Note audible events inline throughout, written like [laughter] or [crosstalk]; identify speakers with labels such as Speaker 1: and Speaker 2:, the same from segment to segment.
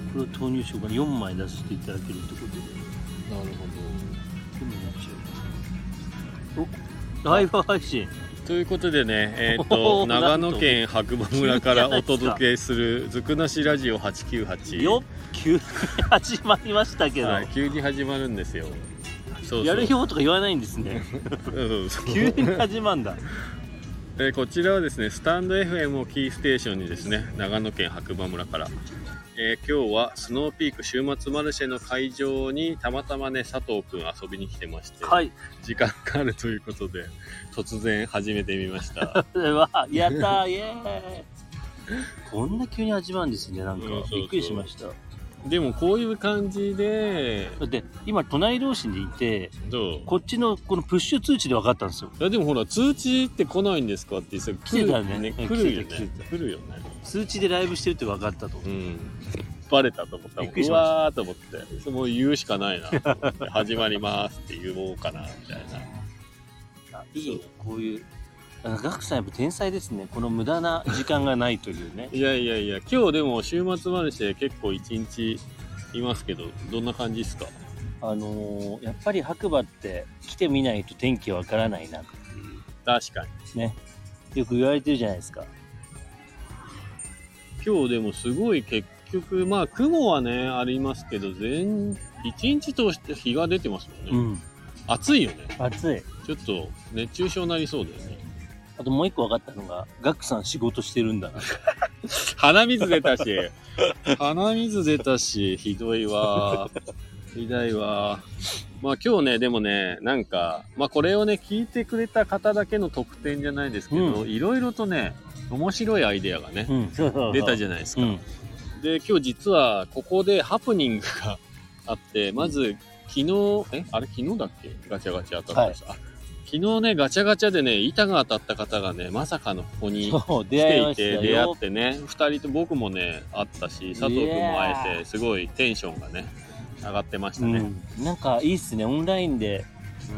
Speaker 1: しようかな4枚出していただけるってことで
Speaker 2: なる
Speaker 1: 4枚にしようかなおライブ配信
Speaker 2: ほどということ
Speaker 1: [laughs]
Speaker 2: でねえっ、
Speaker 1: おー
Speaker 2: と
Speaker 1: な
Speaker 2: 長
Speaker 1: んと
Speaker 2: 野県白馬村からお届けする「ずくなしラジオ898」
Speaker 1: よっ急に始まりましたけど、
Speaker 2: はい、急に始まるんですよそうそう
Speaker 1: やるよとか言わないんです
Speaker 2: [laughs]
Speaker 1: ね
Speaker 2: うんそうそう
Speaker 1: 急に始まんだ
Speaker 2: [laughs] えーこちらはですねスタンド FM をキーステーションにですね長野県白馬村から、えー今日はスノーピーク週末マルシェの会場にたまたまね佐藤くん遊びに来てまして、
Speaker 1: はい
Speaker 2: 時間があるということで突然始めてみました
Speaker 1: それはやったーイエーイこんな急に始まるんですねなんか、
Speaker 2: うんそうそう
Speaker 1: びっくりしました
Speaker 2: でもこういう感じで
Speaker 1: だって今隣同士にいて
Speaker 2: どう
Speaker 1: こっちのこのプッシュ通知で分かったんですよ
Speaker 2: いやでもほら通知って来ないんですかって言って
Speaker 1: 来てたね
Speaker 2: 来るよね
Speaker 1: 来てた来て
Speaker 2: 来るよね
Speaker 1: 通知でライブしてるって分かったと
Speaker 2: うんバレたと思った
Speaker 1: びっ
Speaker 2: もん
Speaker 1: くりし
Speaker 2: う
Speaker 1: ました
Speaker 2: わーと思ってもう言うし
Speaker 1: [laughs]
Speaker 2: かないなと思って始まりますって言おうかなみたいな
Speaker 1: あいいねこういうあのガクさんやっぱ天才ですねこの無駄な時間がないという
Speaker 2: [laughs]
Speaker 1: ね
Speaker 2: いやいやいや今日でも週末までして結構一日いますけどどんな感じですか
Speaker 1: あのーやっぱり白馬って来てみないと天気わからないなっ
Speaker 2: 確かに
Speaker 1: てねよく言われてるじゃないですか
Speaker 2: 今日でもすごい結局まあ雲はねありますけど全一日通して日が出てますもんね、
Speaker 1: うん
Speaker 2: 暑いよね
Speaker 1: 暑い
Speaker 2: ちょっと熱中症になりそうだよね
Speaker 1: あともう一個分かったのがガクさん仕事してるんだな
Speaker 2: 鼻水出たし鼻水出たしひどいわひどいわまあ今日ねでもねなんかまあこれをね聞いてくれた方だけの特典じゃないですけど、
Speaker 1: うん
Speaker 2: いろいろとね面白いアイデアがね、
Speaker 1: んそうそう
Speaker 2: 出たじ
Speaker 1: ゃ
Speaker 2: ゃないです
Speaker 1: う
Speaker 2: か、
Speaker 1: ん
Speaker 2: で今日実はここでハプニングがあってまず昨日えあれ昨日だっけガチャガチャ当たった人、あ昨日ねガチャガチャでね板が当たった方がねまさかのここに
Speaker 1: そう
Speaker 2: 来
Speaker 1: 出会い
Speaker 2: て
Speaker 1: ま
Speaker 2: い
Speaker 1: した
Speaker 2: て
Speaker 1: よ
Speaker 2: 出会ってね2人と僕もね会ったし佐藤君も会え
Speaker 1: いや
Speaker 2: てすごいテンションがね上がってましたね、
Speaker 1: うん、なんかいいっすねオンラインで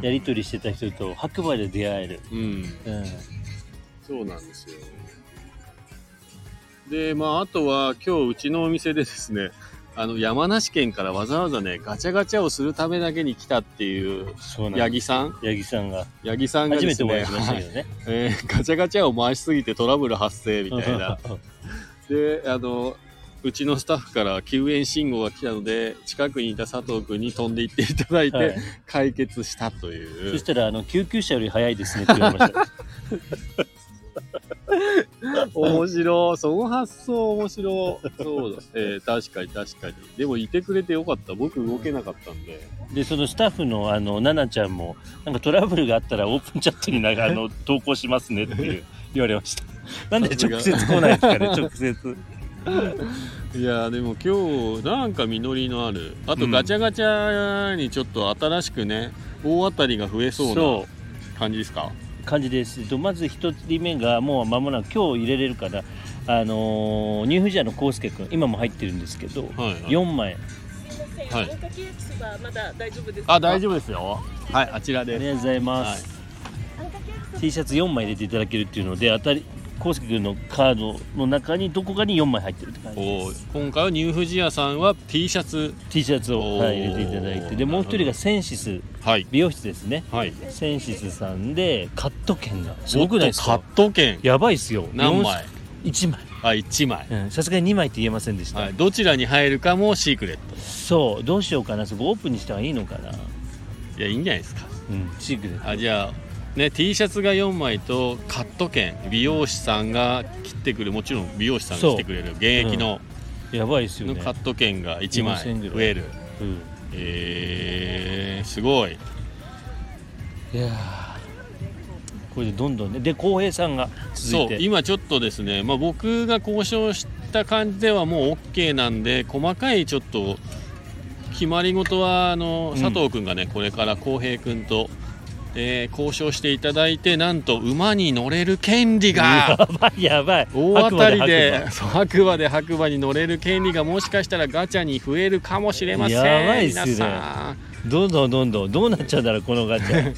Speaker 1: やり取りしてた人と白馬で出会える、
Speaker 2: うん
Speaker 1: うん、
Speaker 2: そうなんですよでまああとは今日うちのお店でですねあの山梨県からわざわざねガチャガチャをするためだけに来たっていう
Speaker 1: そうな
Speaker 2: 八
Speaker 1: んで
Speaker 2: 木
Speaker 1: す
Speaker 2: さん
Speaker 1: 八木さんが
Speaker 2: 八木さんが
Speaker 1: 初
Speaker 2: で
Speaker 1: め
Speaker 2: す
Speaker 1: てお
Speaker 2: ね
Speaker 1: 会いしましたけどね
Speaker 2: はいえーガチャガチャを回しすぎてトラブル発生みたい
Speaker 1: [laughs]
Speaker 2: なであのうちのスタッフから救援信号が来たので近くにいた佐藤君に飛んで行っていただいて、
Speaker 1: [laughs] はい、
Speaker 2: 解決したと
Speaker 1: そ
Speaker 2: いう
Speaker 1: したらあの救急車より早いですねって言われま
Speaker 2: [laughs]
Speaker 1: した。
Speaker 2: 面白いその発想面白いそうだ、えー確かに確かにでもいてくれてよかった僕動けなかったんで
Speaker 1: でそのスタッフのあのナナちゃんもなんかトラブルがあったらオープンチャットになんかあの投稿しますねっていう言われま
Speaker 2: [laughs]
Speaker 1: した。なんで直接来ないんですかね直接。
Speaker 2: いやーでも今日なんか実りのあるあと
Speaker 1: うん
Speaker 2: ガチャガチャにちょっと新しくね大当たりが増えそう
Speaker 1: う
Speaker 2: な感じですか
Speaker 1: 感じです。えっとまず一人目がもう間もなく今日入れれるかなあのー、ニューフジアのコウスケ君今も入ってるんですけど、
Speaker 2: はい、
Speaker 1: 四枚
Speaker 2: は
Speaker 3: はいい、大垣焼きそばまだ大丈夫ですか
Speaker 2: あ大丈夫ですよはいあちら
Speaker 1: ありが
Speaker 2: で
Speaker 1: とうござい
Speaker 2: は
Speaker 1: ま
Speaker 2: い
Speaker 1: す。
Speaker 3: あんかけ焼きそば
Speaker 1: T シャツ四枚入れていただけるっていうので当たりコウスケ君のカードの中にどこかに四枚入ってるって感じです
Speaker 2: お。ー今回はニューフジアさんは T シャツ
Speaker 1: T シャツを、
Speaker 2: おー
Speaker 1: はい、入れていただいてでもう一人がセンシス
Speaker 2: はい
Speaker 1: 美容室ですね
Speaker 2: はい
Speaker 1: センシスさんでカット券がすごくないです
Speaker 2: お
Speaker 1: か
Speaker 2: っとカット券
Speaker 1: やばいっすよ
Speaker 2: 何枚
Speaker 1: 1枚
Speaker 2: あ1枚
Speaker 1: うんさすがに2枚って言えませんでした、
Speaker 2: はい、どちらに入るかもシークレット
Speaker 1: そうどうしようかなそこオープンにした方がいいのかな
Speaker 2: いやいいんじゃないですか
Speaker 1: うんシークレット
Speaker 2: あじゃあ、ね、T シャツが4枚とカット券美容師さんが切ってくるもちろん美容師さんが
Speaker 1: そう
Speaker 2: 来てくれる現役の,、
Speaker 1: やばいっすよ
Speaker 2: の
Speaker 1: ね
Speaker 2: カット券が1枚
Speaker 1: 4000ぐらい
Speaker 2: 増える
Speaker 1: うん
Speaker 2: えー、すごい
Speaker 1: いやーこれでどんどんねで浩平さんが続
Speaker 2: そ
Speaker 1: いうて
Speaker 2: 今ちょっとですね、まあ、僕が交渉した感じではもう OK なんで細かいちょっと決まり事はあの
Speaker 1: うん
Speaker 2: 佐藤君がね、これから浩平君と、えー交渉していただいてなんと馬に乗れる権利が
Speaker 1: やばいやばい
Speaker 2: 大当たりで
Speaker 1: 白
Speaker 2: そう白馬で白馬に乗れる権利がもしかしたらガチャに増えるかもしれません
Speaker 1: やばいっすね
Speaker 2: 皆さん
Speaker 1: 馬どんどんどんどんどうなっちゃうんだろうこのガチャ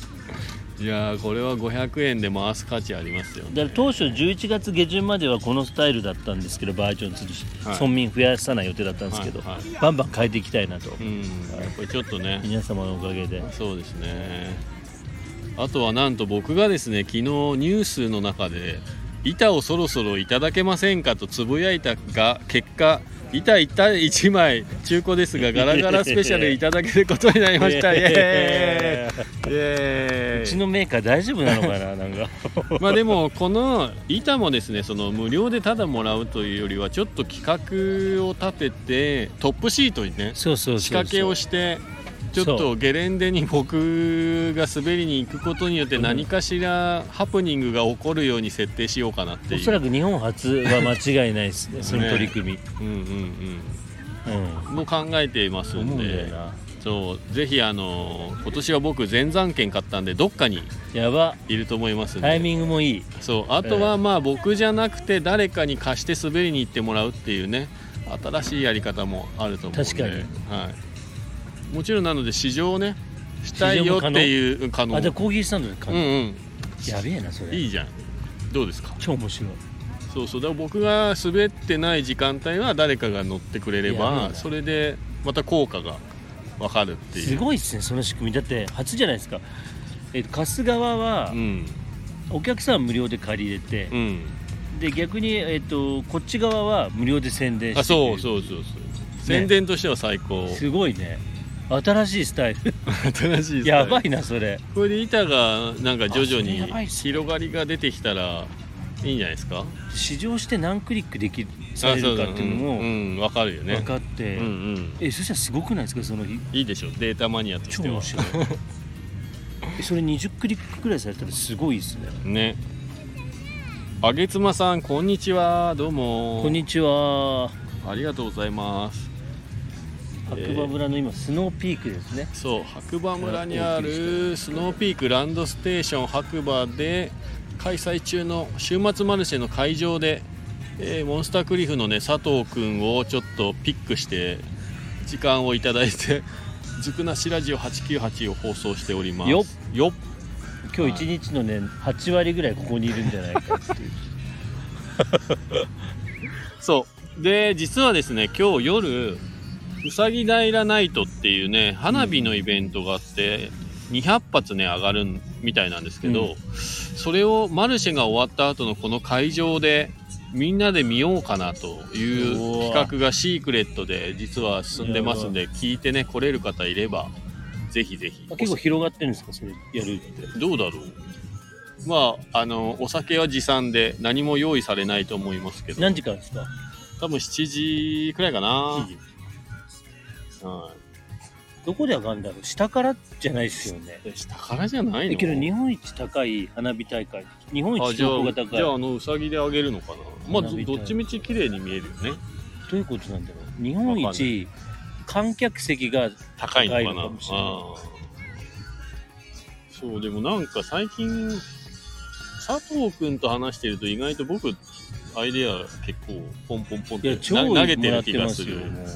Speaker 2: いやーこれは500円で回す価値ありますよね
Speaker 1: だから当初11月下旬まではこのスタイルだったんですけどバージョン釣りし、
Speaker 2: はい
Speaker 1: 村民増やさない予定だったんですけど、
Speaker 2: はいはい
Speaker 1: バンバン変えていきたいなと、
Speaker 2: うんやっぱりちょっとね
Speaker 1: 皆様のおかげで
Speaker 2: そうですねあとはなんと僕がですね昨日ニュースの中で板をそろそろいただけませんかとつぶやいたが結果板板1枚中古ですがガラガラスペシャルいただけることになりましたイエーイイエーイ
Speaker 1: うちのメーカー大丈夫なのかななんか
Speaker 2: まあでもこの板もですねその無料でただもらうというよりはちょっと企画を立ててトップシートにね
Speaker 1: そうそうそうそう
Speaker 2: 仕掛けをしてちょっ
Speaker 1: そ
Speaker 2: とゲレンデに僕が滑りに行くことによって何かしらハプニングが起こるように設定しようかなって
Speaker 1: お
Speaker 2: い。
Speaker 1: そうらく日本初は間違いないですねその取り組み、
Speaker 2: うんうんうん、もう考えています
Speaker 1: うん
Speaker 2: ん
Speaker 1: 思うんだよ
Speaker 2: で
Speaker 1: な
Speaker 2: そうぜひあの今年は僕前山券買ったんでどっかに
Speaker 1: やば
Speaker 2: いると思いますんで
Speaker 1: タイミングもいい
Speaker 2: そうあとはまあ僕じゃなくて誰かに貸して滑りに行ってもらうっていうね新しいやり方もあると思うんで
Speaker 1: 確かに
Speaker 2: はい、もちろんなので試乗をねしたいよっていううん可能
Speaker 1: あじゃあコーヒースタンドで買
Speaker 2: う
Speaker 1: う、
Speaker 2: んうん
Speaker 1: やべえなそれ
Speaker 2: いいじゃんどうですか
Speaker 1: 超面白い
Speaker 2: そうそうだから僕が滑ってない時間帯は誰かが乗ってくれれ
Speaker 1: いやいい
Speaker 2: ば
Speaker 1: な
Speaker 2: それでまた効果が分かるっていう
Speaker 1: すごいですねその仕組みだって初じゃないですか、えっと貸す側は
Speaker 2: うん
Speaker 1: お客さんは無料で借りれて、
Speaker 2: うん
Speaker 1: で逆に、えっとこっち側は無料で宣伝して
Speaker 2: あそう
Speaker 1: う
Speaker 2: そうそうそう宣伝としては最高、
Speaker 1: すごいね新しいス
Speaker 2: [laughs]
Speaker 1: タイル
Speaker 2: 新しいスタイル
Speaker 1: やばいなそれ
Speaker 2: これで板がなんか徐
Speaker 1: あ
Speaker 2: 々
Speaker 1: それやばい
Speaker 2: に
Speaker 1: っすね
Speaker 2: 広がりが出てきたらいいんじゃないですか
Speaker 1: 試乗して何クリックできる
Speaker 2: あ
Speaker 1: され
Speaker 2: そ
Speaker 1: る
Speaker 2: だ
Speaker 1: かっていう
Speaker 2: うん
Speaker 1: のも
Speaker 2: うんわかるよね
Speaker 1: 分かって、
Speaker 2: うんうん
Speaker 1: えそしたらすごくないですかその日
Speaker 2: いいでしょデータマニアとし
Speaker 1: 超
Speaker 2: ては
Speaker 1: 面
Speaker 2: [laughs]
Speaker 1: 白いえそれ20クリックくらいされたらすごいですね
Speaker 2: ねあげつまさんこんにちはどうも
Speaker 1: こんにちは
Speaker 2: ありがとうございますえー
Speaker 1: 白馬村の今スノーピークですね
Speaker 2: そう白馬村にあるスノーピークランドステーション白馬で開催中の週末マルシェの会場で、えーモンスタークリフのね佐藤君をちょっとピックして時間をいただいて [laughs] 「ずくなしラジオ898」を放送しております
Speaker 1: よっ
Speaker 2: よっ
Speaker 1: 今日一日のね8割ぐらいここにいるんじゃないかっていう
Speaker 2: [laughs] そうで実はですね今日夜うさぎ平ナイトっていうね花火のイベントがあって、200発ね上がるみたいなんですけど、
Speaker 1: うん
Speaker 2: それをマルシェが終わった後のこの会場でみんなで見ようかなとい
Speaker 1: う
Speaker 2: う
Speaker 1: わ
Speaker 2: 企画がシークレットで実は進んでますんで聞いてね来れる方いればぜひぜひ
Speaker 1: あ結構広がってるんですかそれやるって
Speaker 2: どうだろうまああのお酒は持参で何も用意されないと思いますけど
Speaker 1: 何時からですか
Speaker 2: 多分7時くらいかなは
Speaker 1: どこで上がるんだろう下からじゃないですよね
Speaker 2: いえ下からじゃないの
Speaker 1: だけど日本一高い花火大会日本
Speaker 2: あ
Speaker 1: 一
Speaker 2: じゃ
Speaker 1: 標高が
Speaker 2: あ
Speaker 1: 高
Speaker 2: じゃあ
Speaker 1: い
Speaker 2: あのうさぎであげるのかなまあ
Speaker 1: 花
Speaker 2: ど
Speaker 1: 火
Speaker 2: どっちみち綺麗に見えるよね
Speaker 1: どういうことなんだろう日本
Speaker 2: わかんな
Speaker 1: 一観客席が
Speaker 2: 高いのかな
Speaker 1: 高いのかもしれない
Speaker 2: あーそうでもなんか最近佐藤君と話してると意外と僕アイデア結構ポンポンポンっ
Speaker 1: い
Speaker 2: て
Speaker 1: や超
Speaker 2: な
Speaker 1: もらっ
Speaker 2: 投げてる気
Speaker 1: て
Speaker 2: が
Speaker 1: ますすよ
Speaker 2: る
Speaker 1: もう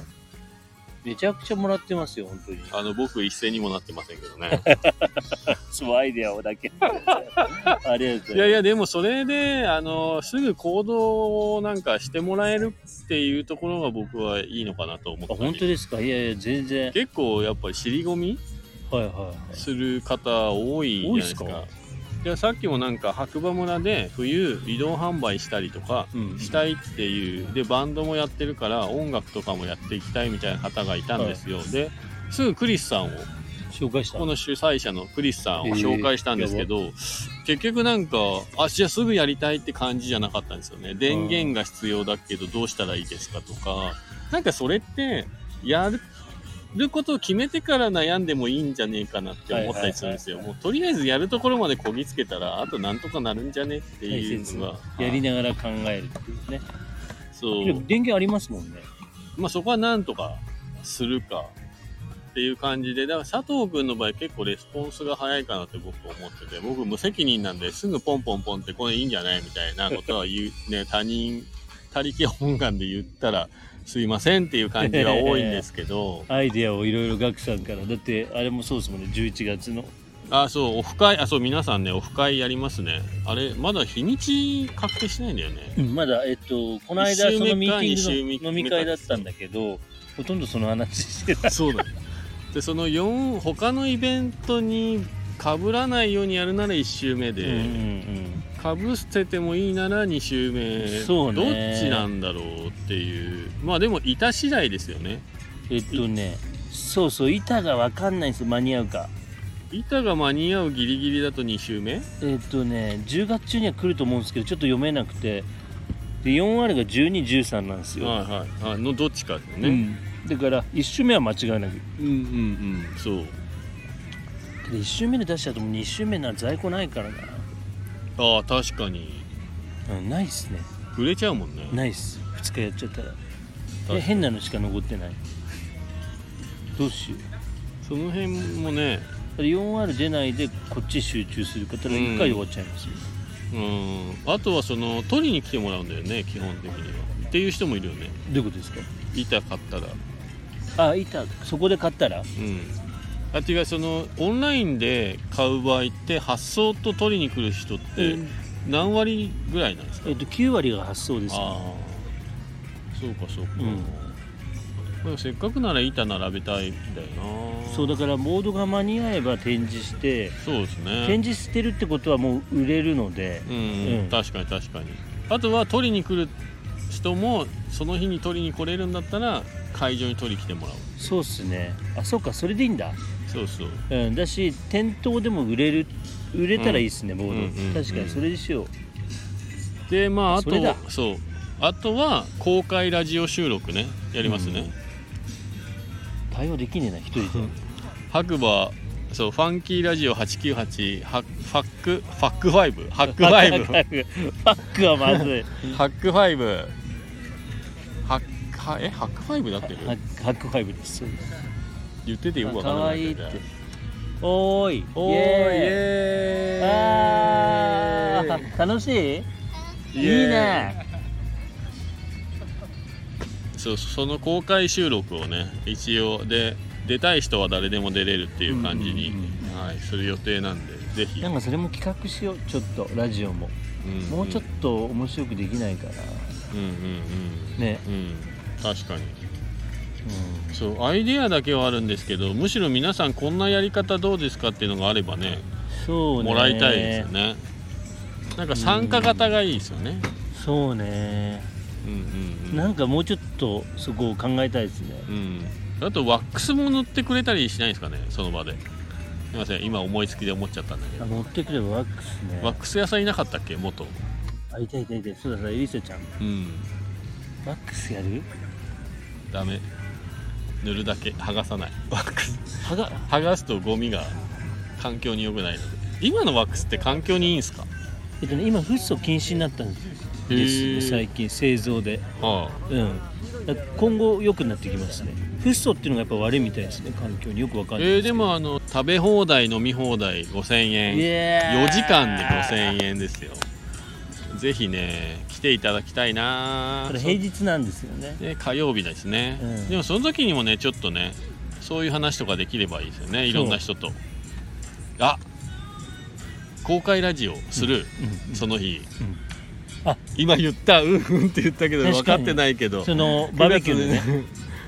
Speaker 1: めちゃくちゃもらってますよ本当に
Speaker 2: あの僕一斉にもなってませんけどね
Speaker 1: そのアイデアを
Speaker 2: [laughs]
Speaker 1: だけありがとうございます
Speaker 2: いやいや、でもそれで、あの、すぐ行動をなんかしてもらえるっていうところが僕はいいのかなと思っ
Speaker 1: あ
Speaker 2: て。
Speaker 1: 本当ですかいやいや全然
Speaker 2: 結構やっぱり尻込み
Speaker 1: はいはいは
Speaker 2: する方多いじゃないですか。
Speaker 1: 多いっ
Speaker 2: いやさっきもなんか白馬村で冬移動販売したりとか
Speaker 1: い、うん
Speaker 2: したいっていうでバンドもやってるから音楽とかもやっていきたいみたいな方がいたんですよ、ですぐクリスさんを
Speaker 1: 紹介した
Speaker 2: この主催者のクリスさんを紹介したんですけど、結局なんか、あ、じゃあすぐやりたいって感じじゃなかったんですよね。電源が必要だけどどうしたらいいですかとか、なんかそれって、やる、ことを決めてから悩んでもいいんじゃねえかなって思ったりするんですよ。
Speaker 1: はい
Speaker 2: もうとりあえずやるところまでこぎつけたら、あとなんとかなるんじゃねって
Speaker 1: 大
Speaker 2: いう
Speaker 1: 切
Speaker 2: のが
Speaker 1: な。やりながら考えるっていうね
Speaker 2: そ
Speaker 1: でも
Speaker 2: う。
Speaker 1: 電源ありますもんね、
Speaker 2: まあそこはなんとかするかっていう感じで、だから佐藤君の場合結構レスポンスが早いかなって僕思ってて、僕無責任なんですぐポンポンポンってこれいいんじゃないみたいなことは言 [laughs] う、ね、他人、他力本願で言ったらすいませんっていう感じが多いんですけど
Speaker 1: アイデアをいろいろガクさんからだってあれもそうですもんね11月の
Speaker 2: あ、そう、オフ会、あ、そう、皆さんね、オフ会やりますね。あれ、まだ日にち確定しないんだよね。
Speaker 1: うんまだえっとこの間
Speaker 2: 一週
Speaker 1: そ
Speaker 2: 目
Speaker 1: の
Speaker 2: か
Speaker 1: ミーティ
Speaker 2: 二
Speaker 1: ン
Speaker 2: 週
Speaker 1: グ
Speaker 2: 目
Speaker 1: の飲み会だったんだけどほとんどその話してない
Speaker 2: そうだよ。で、その4、他のイベントに被らないようにやるなら1周目
Speaker 1: うんうん
Speaker 2: で、かぶせてもいいなら2周目。
Speaker 1: そうね
Speaker 2: どっちなんだろうっていう。まあでも、いた次第ですよね。
Speaker 1: うんえっとねそうそう板がわかんないんですよ間に合うか
Speaker 2: 板が間に合うギリギリだと2周目
Speaker 1: えっとね10月中には来ると思うんですけどちょっと読めなくてで 4R が1213なんですよ、
Speaker 2: はいはい。あの、どっちかです
Speaker 1: う
Speaker 2: ね。
Speaker 1: ん、だから1周目は間違いなく
Speaker 2: うんうんうん。そう。
Speaker 1: 1周目で出しちゃうともう2周目なら在庫ないから
Speaker 2: ああ、確かに。
Speaker 1: な、うん、ないっすね
Speaker 2: 触れちゃうもんね。
Speaker 1: ないっす2日やっちゃったら
Speaker 2: 確か
Speaker 1: で
Speaker 2: に
Speaker 1: 変なのしか残ってないどうしよう
Speaker 2: その辺もね、
Speaker 1: だから 4R 出ないでこっち集中する方ら1回で終わっちゃいますよ、
Speaker 2: うん、あとはその取りに来てもらうんだよね基本的にはっていう人もいるよね
Speaker 1: どういうことですか
Speaker 2: 板買ったら
Speaker 1: あ板そこで買ったら
Speaker 2: うんあていうかそのオンラインで買う場合って発送と取りに来る人っ
Speaker 1: え
Speaker 2: て何割ぐらいなんですか、
Speaker 1: っと9割が発送ですよ
Speaker 2: ああそうかそうか、
Speaker 1: うん
Speaker 2: でもせっかくなら板並べたいんだよな
Speaker 1: そうだからボードが間に合えば展示して
Speaker 2: そうですね
Speaker 1: 展示してるってことはもう売れるので
Speaker 2: うん、
Speaker 1: うん
Speaker 2: 確かに確かにあとは取りに来る人もその日に取りに来れるんだったら会場に取りに来てもらう
Speaker 1: そうっすねあそうかそれでいいんだ
Speaker 2: そうそう
Speaker 1: うん、だし店頭でも売れる売れたらいいですね、ボード、
Speaker 2: うんうんうん
Speaker 1: 確かにそれにしよう
Speaker 2: でまああ
Speaker 1: そ
Speaker 2: と
Speaker 1: れだ
Speaker 2: そうあとは公開ラジオ収録ねやりますね、
Speaker 1: 対応できねえな一人で
Speaker 2: 白馬そうファンキーラジオ898ハファックファックファイブハックフ
Speaker 1: バ
Speaker 2: ァイブ
Speaker 1: [laughs] ファックはまずい
Speaker 2: ハックファイブハッはえハックファイブだってる
Speaker 1: ハックハックファイブですそうです
Speaker 2: 言っててよくわか
Speaker 1: からわ
Speaker 2: ない
Speaker 1: いっ
Speaker 2: ん
Speaker 1: て
Speaker 2: だけど
Speaker 1: おーい
Speaker 2: おー
Speaker 1: イ
Speaker 2: イ
Speaker 1: エ
Speaker 2: エ
Speaker 1: ーイ
Speaker 2: ーイ
Speaker 1: あー楽しいいい
Speaker 2: イエーイ
Speaker 1: ね
Speaker 2: そうその公開収録をね一応で出たい人は誰でも出れるっていう感じに、
Speaker 1: うん
Speaker 2: はい、する予定なんでぜひ、
Speaker 1: なんかそれも企画しようちょっとラジオも
Speaker 2: ん
Speaker 1: もうちょっと面白くできないかな
Speaker 2: うんうんうん
Speaker 1: ね
Speaker 2: うん確かにそうアイデアだけはあるんですけどむしろ皆さんこんなやり方どうですかっていうのがあればね
Speaker 1: そうね
Speaker 2: もらいたいですよねなんか参加型がいいですよね
Speaker 1: そうね
Speaker 2: うんうんう
Speaker 1: なんんかもうちょっとそこを考えたいですね
Speaker 2: うんあとワックスも塗ってくれたりしないですかねその場ですいません今思いつきで思っちゃったんだけ
Speaker 1: あ
Speaker 2: ど
Speaker 1: 持ってくればワックスね
Speaker 2: ワックス屋さんいなかったっけ元
Speaker 1: あいたいたいたそうだそうだエリサちゃん
Speaker 2: うん
Speaker 1: ワックスやる
Speaker 2: ダメ塗るだけ剥がさないワックス
Speaker 1: はが
Speaker 2: 剥がすとゴミが環境に良くないので今のワックスって環境にいいんですか
Speaker 1: えっとね今フッ素禁止になったんですね、
Speaker 2: へー
Speaker 1: 最近製造で
Speaker 2: ああ
Speaker 1: うんだから今後良くなってきますねフッ素っていうのがやっぱ悪いみたいですね環境によくわかんない
Speaker 2: えー、
Speaker 1: すけ
Speaker 2: で
Speaker 1: ど
Speaker 2: もあの食べ放題飲み放題5000円
Speaker 1: イエーイ
Speaker 2: 4時間で5000円ですよぜひね来ていただきたいな
Speaker 1: これ平日なんですよね
Speaker 2: で火曜日ですね、
Speaker 1: うん
Speaker 2: でもその時にもねちょっとねそういう話とかできればいいですよねいろんな人とあ公開ラジオする、
Speaker 1: うん
Speaker 2: その日、
Speaker 1: うんあ
Speaker 2: あ今言ったうんうんって言ったけ
Speaker 1: 確
Speaker 2: ど
Speaker 1: かに
Speaker 2: 分かってないけど
Speaker 1: そのバーベキューでね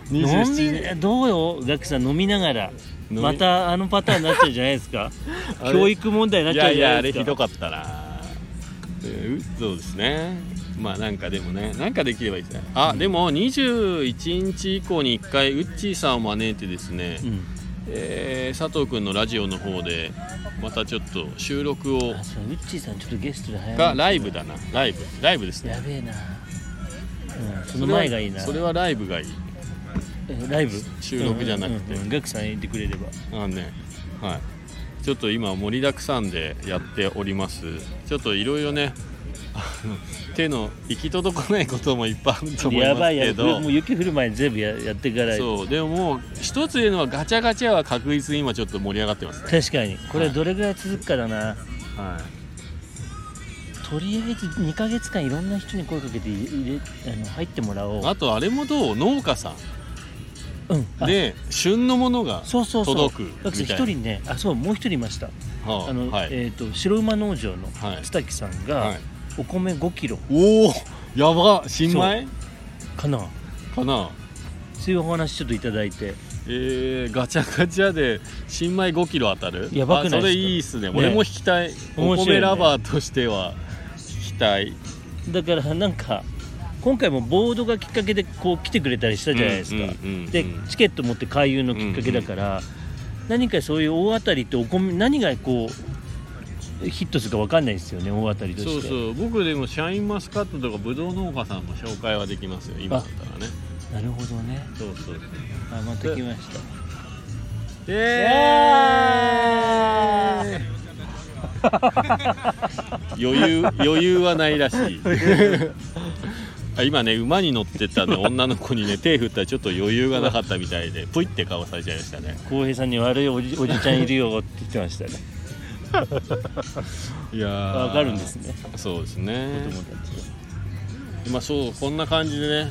Speaker 2: 9月
Speaker 1: 飲
Speaker 2: 27日
Speaker 1: みどうよガクさん飲みながら
Speaker 2: 飲み
Speaker 1: またあのパターンになっちゃうじゃないですか
Speaker 2: [laughs] あれ
Speaker 1: 教育問題になっ
Speaker 2: い
Speaker 1: ちゃ
Speaker 2: や
Speaker 1: う
Speaker 2: い
Speaker 1: じゃ
Speaker 2: や
Speaker 1: な
Speaker 2: あ
Speaker 1: いで
Speaker 2: れ
Speaker 1: すか
Speaker 2: ひどかったなえーうそうですねまあなんかでもねなんかできればいいですねあ、でも21日以降に1回ウッチーさんを招いてですね、
Speaker 1: うん
Speaker 2: えー佐藤君のラジオの方でまたちょっと収録を
Speaker 1: あそうウッチーさんちょっとゲストで早めに
Speaker 2: がライブだなライブライブです
Speaker 1: や
Speaker 2: ね
Speaker 1: べえな、うん、その前がいいな
Speaker 2: それはそれはライブがいい
Speaker 1: えライブ
Speaker 2: 収録じゃなく
Speaker 1: うん
Speaker 2: て
Speaker 1: うんうんガクさんいてくれれば
Speaker 2: あのねはいちょっと今盛りだくさんでやっておりますちょっといろいろね [laughs] あの手の行き届かないこともいっぱいあると思い
Speaker 1: や
Speaker 2: ま
Speaker 1: ば
Speaker 2: す
Speaker 1: いや
Speaker 2: け
Speaker 1: ばい
Speaker 2: ど
Speaker 1: もう雪降る前に全部ややってから
Speaker 2: そうでももう一つ言えるのはガチャガチャは確実に今ちょっと盛り上がってます、
Speaker 1: 確かにこれどれぐらい続くかだな、
Speaker 2: は
Speaker 1: とりあえず2ヶ月間いろんな人に声かけて入れあの入ってもらおう
Speaker 2: い、あとあれもどう農家さん
Speaker 1: うんあ
Speaker 2: で旬のものが
Speaker 1: そうそうそう
Speaker 2: 届く
Speaker 1: だから
Speaker 2: み
Speaker 1: 一
Speaker 2: たいな
Speaker 1: 人ねあそうもう一人いました
Speaker 2: は
Speaker 1: あの、
Speaker 2: はい
Speaker 1: えっ、と白馬農場の
Speaker 2: はい
Speaker 1: 津滝さん
Speaker 2: は
Speaker 1: が
Speaker 2: い
Speaker 1: お米5キロ
Speaker 2: おおやば新米
Speaker 1: かな、
Speaker 2: かな
Speaker 1: そういうお話ちょっといただいて
Speaker 2: えー、ガチャガチャで新米5キロ当たる
Speaker 1: やばくないですか
Speaker 2: あそれいいっすね
Speaker 1: ね
Speaker 2: 俺も引きたい、お
Speaker 1: 面白い
Speaker 2: 米
Speaker 1: ね
Speaker 2: ラバーとしては引きたい
Speaker 1: だからなんか今回もボードがきっかけでこう来てくれたりしたじゃないですか、
Speaker 2: うんうんうん
Speaker 1: でチケット持って回遊のきっかけだから、何かそういう大当たりってお米何がこうヒットするか分かんないですよね大当たりとして
Speaker 2: そうそう僕でもシャインマスカットとかブドウ農家さんも紹介はできますよ今だったらね
Speaker 1: なるほどね
Speaker 2: そうそう
Speaker 1: あまた来ました
Speaker 2: え
Speaker 1: え
Speaker 2: [laughs] 余裕余裕はないらし [laughs] いあ今ね馬に乗ってた、ね、女の子にね手振ったらちょっと余裕がなかったみたいでぷいって顔されちゃいましたね
Speaker 1: 浩平さんに悪いおじおじちゃんいるよって言ってましたね
Speaker 2: いや
Speaker 1: 分かるんですね
Speaker 2: そうです
Speaker 1: 子
Speaker 2: ね
Speaker 1: 供たち
Speaker 2: まあそうこんな感じで
Speaker 1: が、
Speaker 2: ね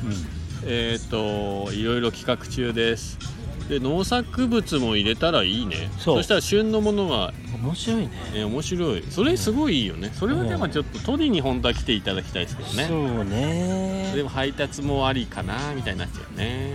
Speaker 2: えっ、といろいろ企画中ですで農作物も入れたらいいね
Speaker 1: そう
Speaker 2: そしたら旬のものが
Speaker 1: うん、面白いね
Speaker 2: えー面白いそれすごいいいよねそれはでもちょっと取りに本当は来ていただきたいですけどね
Speaker 1: そうね
Speaker 2: でも配達もありかなみたいになっちゃうね、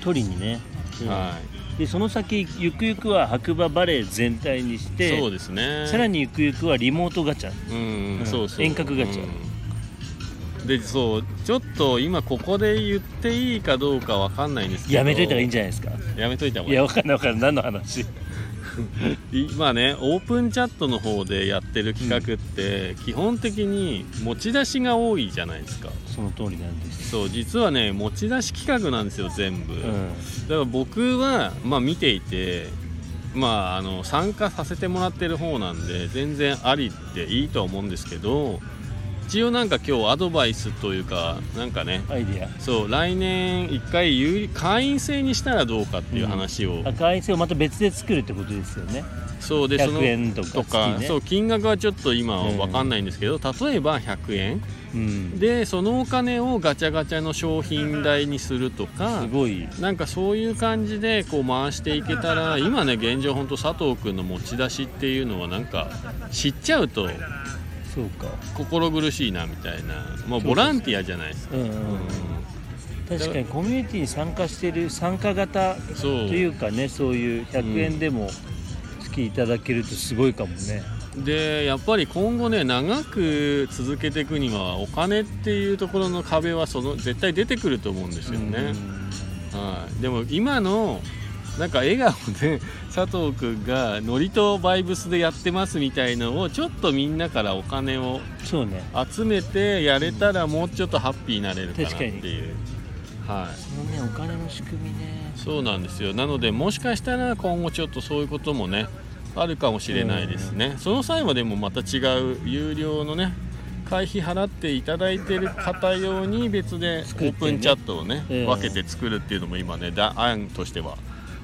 Speaker 1: 取りにね、うん
Speaker 2: は
Speaker 1: でその先ゆくゆくは白馬バレー全体にし
Speaker 2: い
Speaker 1: て
Speaker 2: そうですね
Speaker 1: さらにゆくゆくはリモートガチャ
Speaker 2: うん、
Speaker 1: うん
Speaker 2: そうそう
Speaker 1: 遠隔ガチャ
Speaker 2: うんでそうちょっと今ここで言っていいかどうかわかんないんですけど
Speaker 1: やめといたらいいんじ
Speaker 2: ゃ
Speaker 1: ゃないですか
Speaker 2: ないやめといた方
Speaker 1: い
Speaker 2: がい
Speaker 1: やわかんないわかんない何の話
Speaker 2: い今ねオープンチャットの方でやってる企画って、基本的に持ち出しが多いじゃないですか
Speaker 1: その通りなんです、
Speaker 2: そう実はね持ち出し企画なんですよ全部、
Speaker 1: うん、
Speaker 2: だから僕は、まあ、見ていて、まあ、あの参加させてもらってる方なんで全然ありでいいとは思うんですけど一応なんか今日アドバイスというかなんかね
Speaker 1: アイディ
Speaker 2: そう来年1回有会員制にしたらどうかっていう話を、
Speaker 1: ア赤い線をまた別で作るってことですよね
Speaker 2: そうでその
Speaker 1: 100円とか
Speaker 2: とか、
Speaker 1: 月ね
Speaker 2: そう金額はちょっと今は分かんないんですけど、例えば100円
Speaker 1: うん、
Speaker 2: でそのお金をガチャガチャの商品代にするとか
Speaker 1: すごい
Speaker 2: なんかそういう感じでこう回していけたら今ね現状ほんと佐藤君の持ち出しっていうのはなんか知っちゃうと
Speaker 1: そうか
Speaker 2: 心苦しいなみたいなもう
Speaker 1: そうそうそう
Speaker 2: ボランティアじゃないですか、
Speaker 1: うん、うん、確かにコミュニティに参加してる参加型
Speaker 2: うんそ
Speaker 1: というかねそういう100円でも月いただけるとすごいかもね、
Speaker 2: うでやっぱり今後ね長く続けていくにはお金っていうところの壁はその絶対出てくると思うんですよね、はい、でも今のなんか笑顔で佐藤君がノリとバイブスでやってますみたいのをちょっとみんなからお金を
Speaker 1: うんそうね
Speaker 2: 集めてやれたらもうちょっとハッピーになれるかなっていう、は
Speaker 1: そのねお金の仕組みね
Speaker 2: い、そうなんですよなのでもしかしたら今後ちょっとそういうこともねあるかもしれないですね、その際はでもまた違う有料のね会費払っていただいてる方用に別でオ
Speaker 1: 作ってね
Speaker 2: ープンチャットをね
Speaker 1: ええ
Speaker 2: 分けて作るっていうのも今ねだ案としては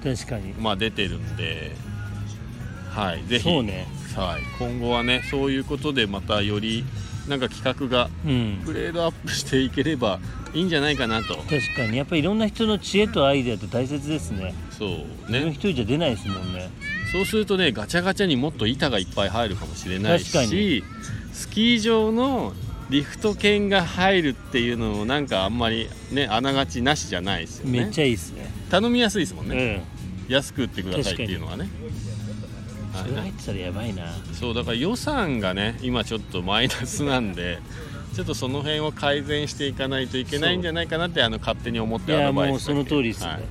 Speaker 1: 確かに
Speaker 2: まあ出てるんではいぜひ
Speaker 1: そうね
Speaker 2: はい、今後はねそういうことでまたよりなんか企画が
Speaker 1: うん
Speaker 2: グレードアップしていければいいんじゃないかなと
Speaker 1: 確かにやっぱりいろんな人の知恵とアイデアって大切ですね
Speaker 2: そう
Speaker 1: 自分
Speaker 2: ね
Speaker 1: 一人じゃ出ないですもんね
Speaker 2: そうするとねガチャガチャにもっと板がいっぱい入るかもしれない
Speaker 1: 確か
Speaker 2: し
Speaker 1: に
Speaker 2: スキー場のリフト券が入るっていうのもなんかあんまりねあながちなしじゃないですよ
Speaker 1: めっ
Speaker 2: ね
Speaker 1: ちゃいいですね
Speaker 2: 頼みやすいですもんね、安く売ってくださいっていうのはね
Speaker 1: うんそれ
Speaker 2: はい
Speaker 1: 入ってたらやばいな
Speaker 2: そうだから予算がね今ちょっとマイナスなんでちょっとその辺を改善していかないといけないんじゃないかなってあの勝手に思っ
Speaker 1: い
Speaker 2: てア
Speaker 1: や
Speaker 2: ドバイス
Speaker 1: もうその通りですね、
Speaker 2: はい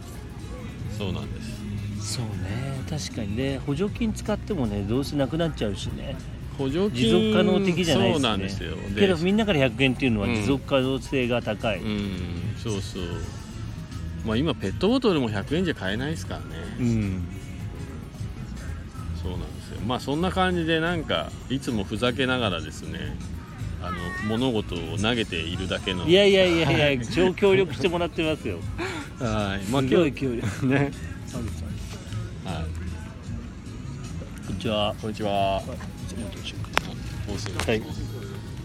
Speaker 2: そうなんです
Speaker 1: そうね確かにね補助金使ってもねどうせなくなっちゃうしね
Speaker 2: 補助金
Speaker 1: 持続可能的じゃない
Speaker 2: そう
Speaker 1: で
Speaker 2: なん
Speaker 1: す
Speaker 2: で
Speaker 1: ね
Speaker 2: すよ
Speaker 1: け
Speaker 2: で
Speaker 1: どみんなから100円っていうのは
Speaker 2: うん
Speaker 1: 持続可能性が高い、
Speaker 2: うんそうそうまあ今ペットボトルも100円じゃ買えないですからね、
Speaker 1: うん、
Speaker 2: そうなんですよまあそんな感じでなんかいつもふざけながらですねあの物事を投げているだけの
Speaker 1: いやいやいやいや超協力してもらってます
Speaker 2: [laughs]
Speaker 1: よ
Speaker 2: はいまあ
Speaker 1: す
Speaker 2: 今
Speaker 1: ご
Speaker 2: 日
Speaker 1: い協力
Speaker 2: [laughs] ね
Speaker 1: [laughs] こ
Speaker 2: はい
Speaker 1: んにちは
Speaker 2: こんにちは。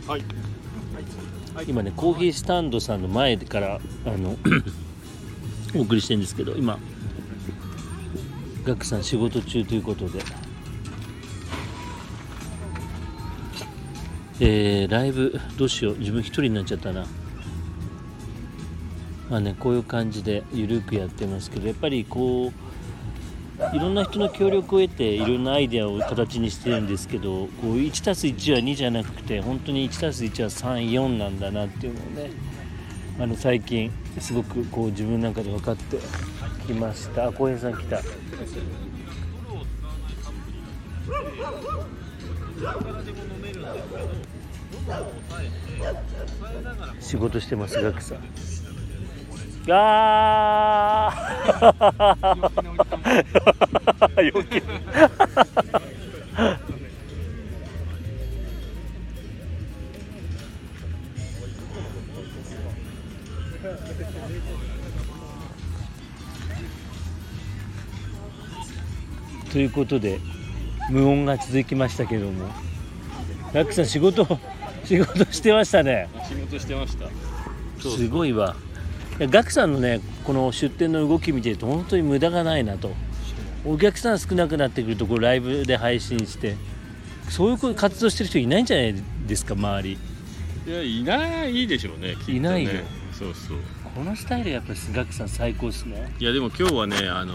Speaker 1: はい今ねコーヒースタンドさんの前からあのお送りしてるんですけど今ガクさん仕事中ということでえー、ライブどうしよう自分一人になっちゃったなまあねこういう感じでゆるくやってますけどやっぱりこういろんな人の協力を得ていろんなアイデアを形にしてるんですけどこう 1+1 は2じゃなくて本当に 1+1 は34なんだなっていうのをねあの最近すごくこう自分の中で分かってきましたあ浩平さん来た仕事してますガクさんあー余計ということで無音が続きましたけどもラックさん仕事仕事してましたね
Speaker 2: 仕事してましたそう
Speaker 1: すごいわいやガクさんのねこの出店の動き見てると本当に無駄がないなとお客さん少なくなってくるとこうライブで配信してそういうこと活動してる人いないんじゃないですか周り
Speaker 2: いやいないでしょうねきっとね
Speaker 1: いないよ
Speaker 2: そうそう
Speaker 1: このスタイルやっぱガクさん最高ですね
Speaker 2: いやでも今日はねあの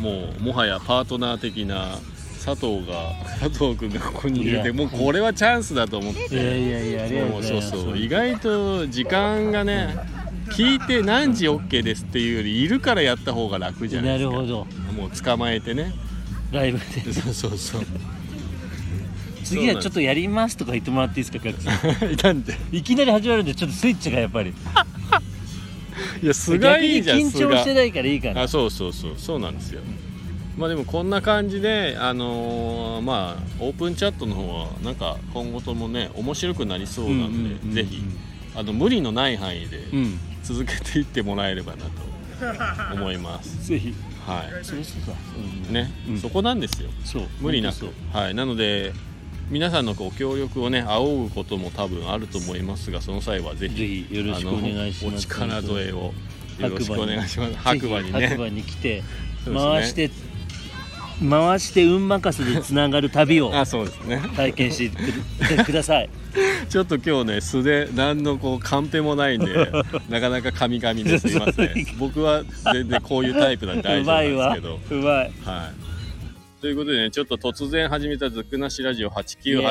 Speaker 2: もうもはやパートナー的な佐藤が佐藤君がここにいるん
Speaker 1: い
Speaker 2: で
Speaker 1: や
Speaker 2: もうこれはチャンスだと思って
Speaker 1: いやいやいやありがとう
Speaker 2: も
Speaker 1: ご
Speaker 2: う
Speaker 1: ざい
Speaker 2: そう
Speaker 1: ます
Speaker 2: そう意外と時間がね聞いて何時 OK ですっていうよりいるからやった方が楽じゃな
Speaker 1: な
Speaker 2: いです
Speaker 1: る
Speaker 2: か
Speaker 1: ほど
Speaker 2: もう捕まえてね
Speaker 1: ライブで
Speaker 2: そうそうそう [laughs]
Speaker 1: 次はちょっとやりますとか言ってもらっていいですかガクさん
Speaker 2: といたんで
Speaker 1: いきなり始まるんでちょっとスイッチがやっぱり
Speaker 2: いや菅いいじゃん
Speaker 1: 逆に緊張して
Speaker 2: 菅
Speaker 1: ないからいいかな
Speaker 2: あそうそうそうそうなんですよまあでもこんな感じであのーまあオープンチャットの方はなんか今後ともね面白くなりそうなんで、ぜひあの無理のない範囲で
Speaker 1: うん
Speaker 2: 続けていってもらえればな
Speaker 1: [laughs]
Speaker 2: と思います
Speaker 1: ぜひ
Speaker 2: は
Speaker 1: そうそうそう
Speaker 2: いね、
Speaker 1: うん
Speaker 2: そこなんですよ
Speaker 1: そう
Speaker 2: 無理な
Speaker 1: 本
Speaker 2: く
Speaker 1: 当
Speaker 2: はいなので皆さんのご協力をね仰ぐことも多分あると思いますがその際はぜ
Speaker 1: そう
Speaker 2: ひ
Speaker 1: ぜひよろしくお願いします
Speaker 2: あのお力添えをよろしくお願いします
Speaker 1: ぜ
Speaker 2: 白
Speaker 1: ひ
Speaker 2: 馬に
Speaker 1: 白
Speaker 2: ね
Speaker 1: 馬に来て
Speaker 2: そうですね
Speaker 1: 回して回して運任せでつながる旅を
Speaker 2: あそうですね
Speaker 1: 体験してくる [laughs] ください
Speaker 2: ちょっと今日ね素で何のこうカンペもない
Speaker 1: [laughs]
Speaker 2: んでなかなかカミカミですいません僕は全然こういうタイプなんで大
Speaker 1: う
Speaker 2: 丈夫な
Speaker 1: ま
Speaker 2: ん
Speaker 1: い
Speaker 2: です
Speaker 1: わ
Speaker 2: けど
Speaker 1: うまい
Speaker 2: はい。ということでね、ちょっと突然始めたずくなしラジオ898。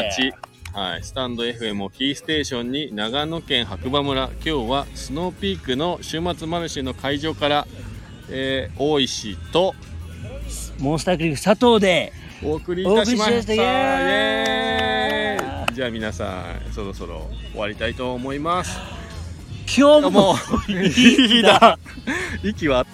Speaker 2: はい、スタンド FM をキーステーションに長野県白馬村今日はスノーピークの週末マルシェの会場から、えー、大石と
Speaker 1: モンスタークリック佐藤で
Speaker 2: お送りいたしま
Speaker 1: お送りしま
Speaker 2: し
Speaker 1: したたイ
Speaker 2: イ
Speaker 1: エーイ
Speaker 2: エーイじゃあ皆さんそろそろ終わりたいと思います
Speaker 1: 今日
Speaker 2: どうも
Speaker 1: もいい日だ
Speaker 2: 息は